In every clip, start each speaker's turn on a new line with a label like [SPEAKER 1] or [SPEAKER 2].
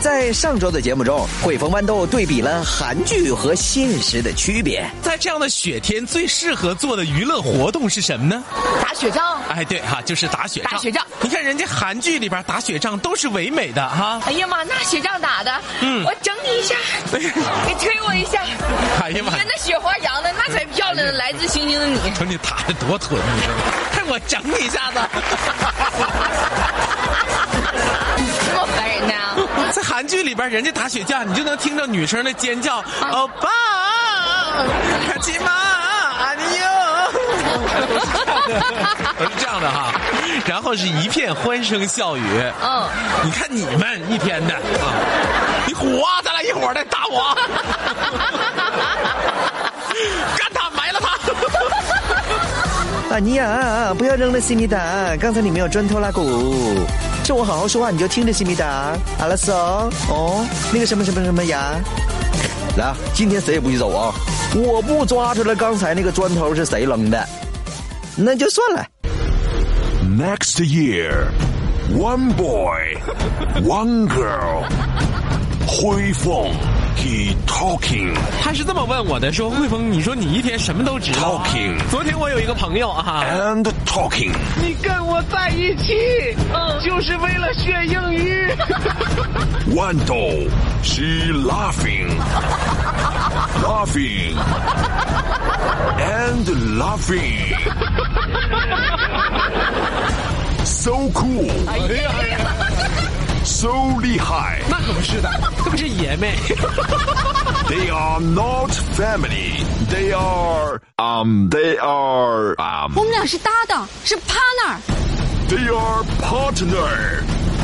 [SPEAKER 1] 在上周的节目中，汇丰豌豆对比了韩剧和现实的区别。
[SPEAKER 2] 在这样的雪天，最适合做的娱乐活动是什么呢？
[SPEAKER 3] 打雪仗。
[SPEAKER 2] 哎，对哈、就是打雪仗。
[SPEAKER 3] 打雪仗
[SPEAKER 2] 你看人家韩剧里边打雪仗都是唯美的哈、
[SPEAKER 3] 哎呀妈，那雪仗打的，
[SPEAKER 2] 嗯
[SPEAKER 3] 我整你一下，
[SPEAKER 2] 哎呀
[SPEAKER 3] 你推我一下，
[SPEAKER 2] 哎呀
[SPEAKER 3] 你
[SPEAKER 2] 妈
[SPEAKER 3] 看，那雪花扬的那才漂亮呢，来自星星的你。
[SPEAKER 2] 瞅你打的多臀，你知道吗？还我整你一下子。
[SPEAKER 3] 这么烦人呢？
[SPEAKER 2] 在韩剧里边，人家打雪架，你就能听到女生的尖叫：“欧巴，卡奇玛，阿尼 哟！”都是这样的哈，然后是一片欢声笑语。
[SPEAKER 3] 嗯，
[SPEAKER 2] 你看你们一天的啊，你虎啊，咱俩一伙儿的打我 啊，干他，埋了他。
[SPEAKER 1] 啊尼亚，不要扔了西米达，刚才你没有砖头拉鼓。叫我好好说话，你就听着西米达。阿拉斯哦，哦，那个什么什么什么呀。来，今天谁也不许走啊！我不抓出来刚才那个砖头是谁扔的，那就算了。
[SPEAKER 4] Next year, one boy, one girl. Hui Feng, he talking.
[SPEAKER 2] 他是这么问我的，说汇丰，你说你一天什么都知道啊
[SPEAKER 4] Talking
[SPEAKER 2] 昨天我有一个朋友啊，
[SPEAKER 4] And talking.
[SPEAKER 5] 你跟我在一起，就是为了学英语。
[SPEAKER 4] Wan Dou, she laughing. laughing. And laughing. So cool. so 厉害.
[SPEAKER 2] 那可不是的，这不是爷们。
[SPEAKER 4] They are not family. They are um. They are um.
[SPEAKER 6] 我们俩是搭档，是 partner。
[SPEAKER 4] They are partner.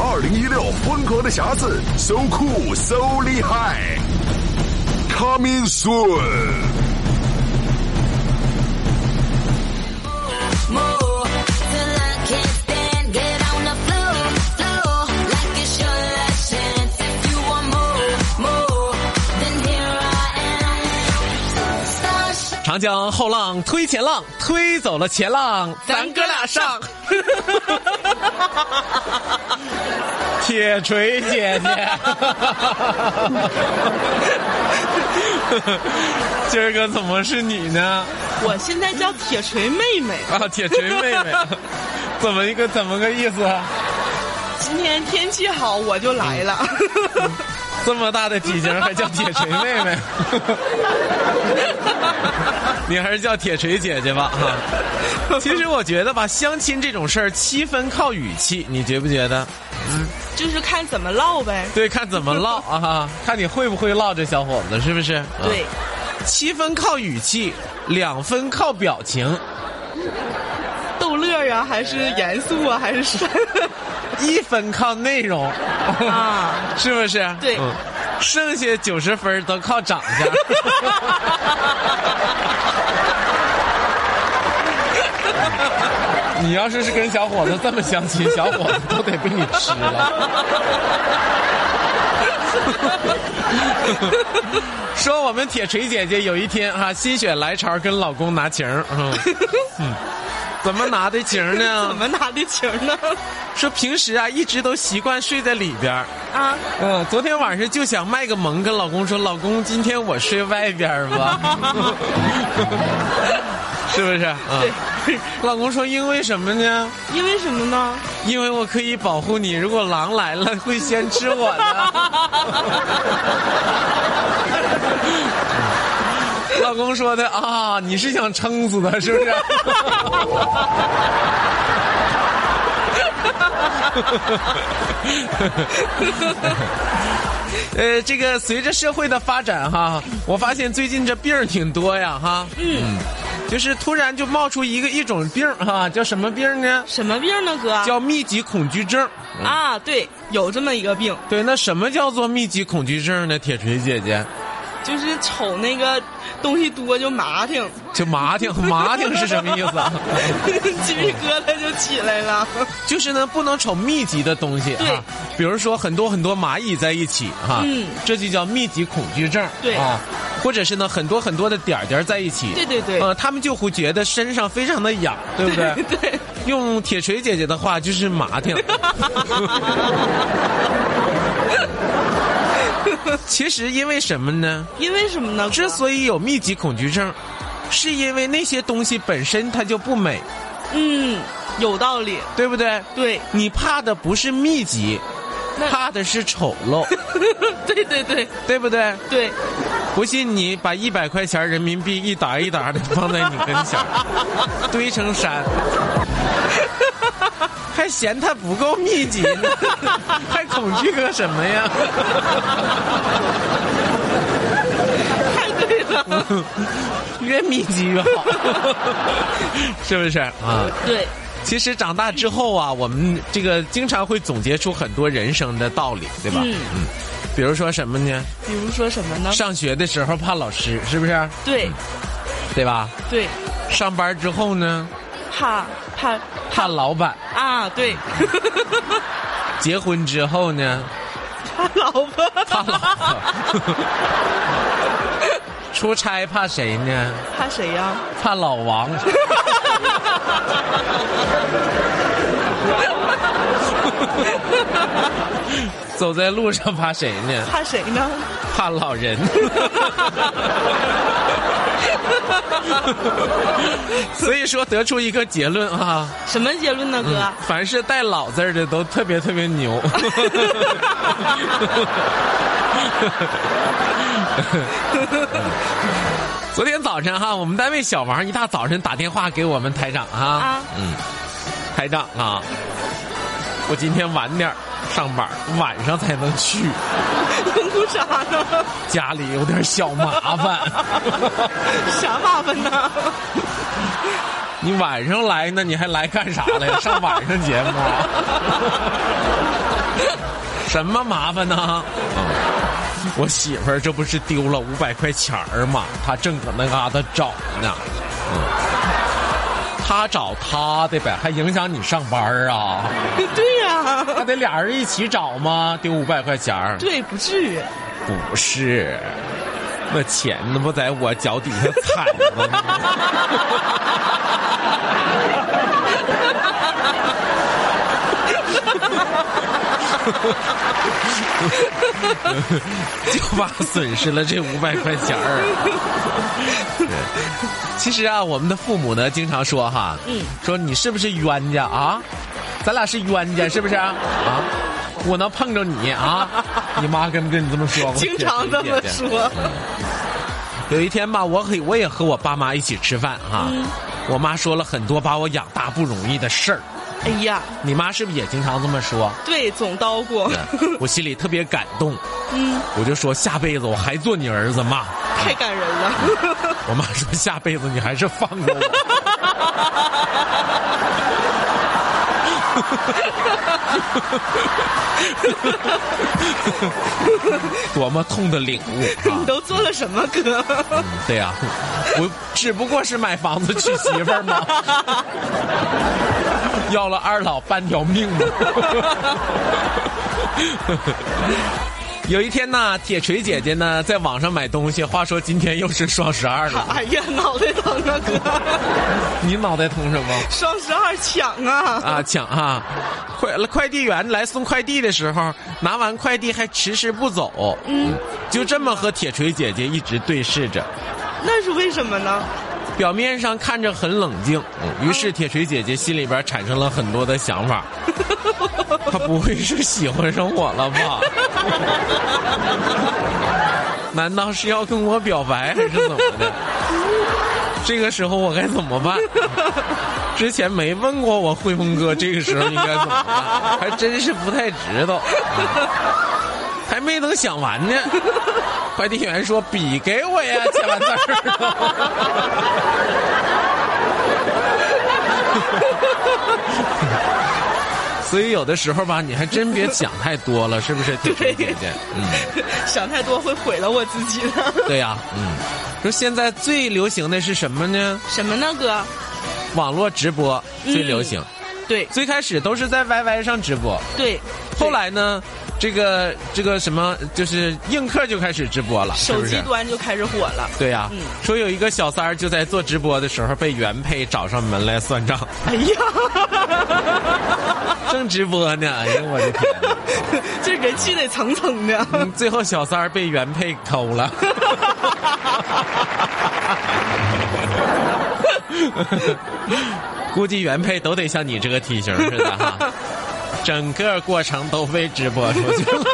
[SPEAKER 4] 二零一六疯狂的匣子，so cool, so 厉害。Coming soon.
[SPEAKER 2] 长江后浪推前浪，推走了前浪，咱哥俩上。铁锤姐姐，今儿个怎么是你呢？
[SPEAKER 7] 我现在叫铁锤妹妹，
[SPEAKER 2] 啊，铁锤妹妹，怎么一个怎么个意思啊？
[SPEAKER 7] 今天天气好我就来了。嗯
[SPEAKER 2] 这么大的体型还叫铁锤妹 妹？你还是叫铁锤姐姐吧哈。其实我觉得吧，相亲这种事儿七分靠语气，你觉不觉得？
[SPEAKER 7] 就是看怎么唠呗。
[SPEAKER 2] 对，看怎么唠啊哈，看你会不会唠这小伙子，是不是？
[SPEAKER 7] 对
[SPEAKER 2] 啊，七分靠语气，两分靠表情，
[SPEAKER 7] 逗乐呀、还是严肃啊，还是啥？
[SPEAKER 2] 一分靠内容，
[SPEAKER 7] 啊，
[SPEAKER 2] 是不是？
[SPEAKER 7] 对
[SPEAKER 2] 嗯剩下九十分都靠长相。 你要是是跟小伙子这么相亲，小伙子都得被你吃了。 说我们铁锤姐姐有一天哈、心血来潮跟老公拿情儿，嗯， 嗯怎么拿的情儿呢
[SPEAKER 7] 怎？么拿的情呢？
[SPEAKER 2] 说平时啊一直都习惯睡在里边儿
[SPEAKER 7] 啊，
[SPEAKER 2] 嗯，昨天晚上就想卖个萌，跟老公说：“老公，今天我睡外边儿吧， 是不是？”啊、老公说：“因为什么呢？
[SPEAKER 7] 因为什么呢？
[SPEAKER 2] 因为我可以保护你，如果狼来了会先吃我的。”老公说的啊，你是想撑死他是不是？ 呃，这个随着社会的发展哈，我发现最近这病儿挺多呀哈。嗯。就是突然就冒出一个一种病儿哈，叫什么病儿呢？
[SPEAKER 7] 什么病呢，哥？
[SPEAKER 2] 叫密集恐惧症。
[SPEAKER 7] 啊，对，有这么一个病，
[SPEAKER 2] 对，那什么叫做密集恐惧症呢？铁锤姐姐，
[SPEAKER 7] 就是瞅那个东西多就麻挺，
[SPEAKER 2] 就麻挺，麻挺是什么意思啊？
[SPEAKER 7] 鸡皮疙瘩就起来了。
[SPEAKER 2] 就是呢，不能瞅密集的东西
[SPEAKER 7] 对
[SPEAKER 2] 啊，比如说很多很多蚂蚁在一起哈、
[SPEAKER 7] 嗯
[SPEAKER 2] 这就叫密集恐惧症。
[SPEAKER 7] 对
[SPEAKER 2] 啊，或者是呢，很多很多的点儿点儿在一起，
[SPEAKER 7] 对对对
[SPEAKER 2] 呃，他们就会觉得身上非常的痒，对不对？
[SPEAKER 7] 对，
[SPEAKER 2] 用铁锤 姐姐的话就是麻挺。其实因为什么呢？
[SPEAKER 7] 因为什么呢？
[SPEAKER 2] 之所以有密集恐惧症，是因为那些东西本身它就不美，
[SPEAKER 7] 嗯，有道理，
[SPEAKER 2] 对不对？
[SPEAKER 7] 对，
[SPEAKER 2] 你怕的不是密集，
[SPEAKER 7] 那
[SPEAKER 2] 怕的是丑陋，
[SPEAKER 7] 对对对
[SPEAKER 2] 对不对？
[SPEAKER 7] 对，
[SPEAKER 2] 不信你把一百块钱人民币一沓一沓的放在你跟前儿， 堆成山，还嫌它不够密集 呢，还恐惧个什么呀？
[SPEAKER 7] 太对了，
[SPEAKER 2] 越密集越 好，是不是啊？
[SPEAKER 7] 对，
[SPEAKER 2] 其实长大之后啊，我们这个经常会总结出很多人生的道理，对吧？
[SPEAKER 7] 嗯
[SPEAKER 2] 比如说什么呢？
[SPEAKER 7] 比如说什么呢？
[SPEAKER 2] 上学的时候怕老师，是不是？
[SPEAKER 7] 对
[SPEAKER 2] 对吧？
[SPEAKER 7] 对，
[SPEAKER 2] 上班之后呢，
[SPEAKER 7] 怕怕
[SPEAKER 2] 怕老板；
[SPEAKER 7] 啊，对，
[SPEAKER 2] 结婚之后呢，
[SPEAKER 7] 怕老婆，
[SPEAKER 2] 怕老婆； 出差怕谁呢？
[SPEAKER 7] 怕谁呀、
[SPEAKER 2] 怕老王。 走在路上怕谁呢？
[SPEAKER 7] 怕谁呢？
[SPEAKER 2] 怕老人。 所以说得出一个结论啊，
[SPEAKER 7] 什么结论呢，哥？
[SPEAKER 2] 凡是带“老”字儿的都特别特别牛。 昨天早上哈，我们单位小王一大早晨打电话给我们台长啊，
[SPEAKER 7] 啊
[SPEAKER 2] 嗯，台长啊，我今天晚点儿上班，晚上才能去。
[SPEAKER 7] 因为嗯啥呢？
[SPEAKER 2] 家里有点小麻烦，
[SPEAKER 7] 啥麻烦呢？
[SPEAKER 2] 你晚上来呢？你还来干啥来了？上晚上节目啊？什么麻烦呢？啊我媳妇儿这不是丢了五百块钱儿吗？她正搁那嘎达找呢。嗯她找她的呗，还影响你上班儿啊？
[SPEAKER 7] 对呀、
[SPEAKER 2] 那得俩人一起找吗？丢五百块钱儿
[SPEAKER 7] 对，不至于。
[SPEAKER 2] 不是，那钱那不在我脚底下踩着呢吗？ 就怕损失了这五百块钱儿。啊对其实啊，我们的父母呢，经常说哈，嗯，说你是不是冤家啊？咱俩是冤家是不是啊？啊我能碰着你啊？你妈跟不跟你这么说过？
[SPEAKER 7] 经常这么说。
[SPEAKER 2] 有一天吧，我和我也和我爸妈一起吃饭哈、我妈说了很多把我养大不容易的事儿。
[SPEAKER 7] 哎呀，
[SPEAKER 2] 你妈是不是也经常这么说？
[SPEAKER 7] 对，总叨咕，
[SPEAKER 2] 我心里特别感动，嗯，我就说下辈子我还做你儿子妈。
[SPEAKER 7] 太感人了。
[SPEAKER 2] 我妈说下辈子你还是放过我。多么痛的领悟啊
[SPEAKER 7] 你！都做了什么，哥？
[SPEAKER 2] 对呀、我只不过是买房子娶媳妇儿嘛， 要了二老半条命嘛。 有一天呢，铁锤姐姐呢在网上买东西，话说今天又是双十二了，
[SPEAKER 7] 哎呀，脑袋疼啊，哥！
[SPEAKER 2] 你脑袋疼什么？
[SPEAKER 7] 双十二抢啊！
[SPEAKER 2] 啊，抢啊！快快递员来送快递的时候，拿完快递还迟迟不走，嗯，就这么和铁锤姐姐一直对视着。
[SPEAKER 7] 那是为什么 呢？
[SPEAKER 2] 表面上看着很冷静，嗯于是铁锤姐姐心里边产生了很多的想法。 她不会是喜欢上我了吧？难道是要跟我表白还是怎么的？ 这个时候我该怎么办？之前没问过我汇丰哥这个时候应该怎么办，还真是不太知道。还没等想完呢，快递员说：“笔给我呀，写完字儿啊了。”所以有的时候吧，你还真别想太多了，是不是？铁锤姐姐，嗯，
[SPEAKER 7] 想太多会毁了我自己的。
[SPEAKER 2] 对呀、嗯。说现在最流行的是什么呢？
[SPEAKER 7] 什么呢，哥？
[SPEAKER 2] 网络直播
[SPEAKER 7] 嗯
[SPEAKER 2] 最流行。
[SPEAKER 7] 对
[SPEAKER 2] 最开始都是在 YY 上直播，
[SPEAKER 7] 对，
[SPEAKER 2] 后来呢，这个这个什么，就是映客就开始直播了，是
[SPEAKER 7] 手
[SPEAKER 2] 不
[SPEAKER 7] 机
[SPEAKER 2] 是？
[SPEAKER 7] 端就开始火了。
[SPEAKER 2] 对呀、
[SPEAKER 7] 嗯
[SPEAKER 2] 说有一个小三儿就在做直播的时候被原配找上门来 算账，
[SPEAKER 7] 哎呀，
[SPEAKER 2] 正直播呢，哎呀，我的天！
[SPEAKER 7] 这人气得蹭蹭的。
[SPEAKER 2] 嗯最后小三儿被原配偷了。 估计原配都得像你这个体型似的哈，整个过程都被直播出去了。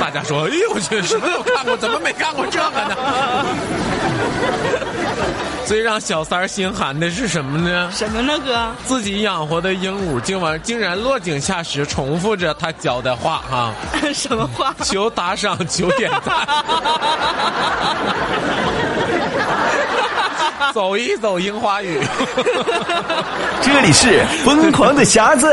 [SPEAKER 2] 大家说：“哎呦我去，什么都看过，怎么没干过这个呢？”最让小三儿心寒的是什么呢？
[SPEAKER 7] 什么呢，哥？
[SPEAKER 2] 自己养活的鹦鹉竟完竟然落井下石，重复着他教的话哈、
[SPEAKER 7] 什么话？
[SPEAKER 2] 求打赏，求点赞，走一走樱花雨。
[SPEAKER 1] 这里是疯狂的匣子。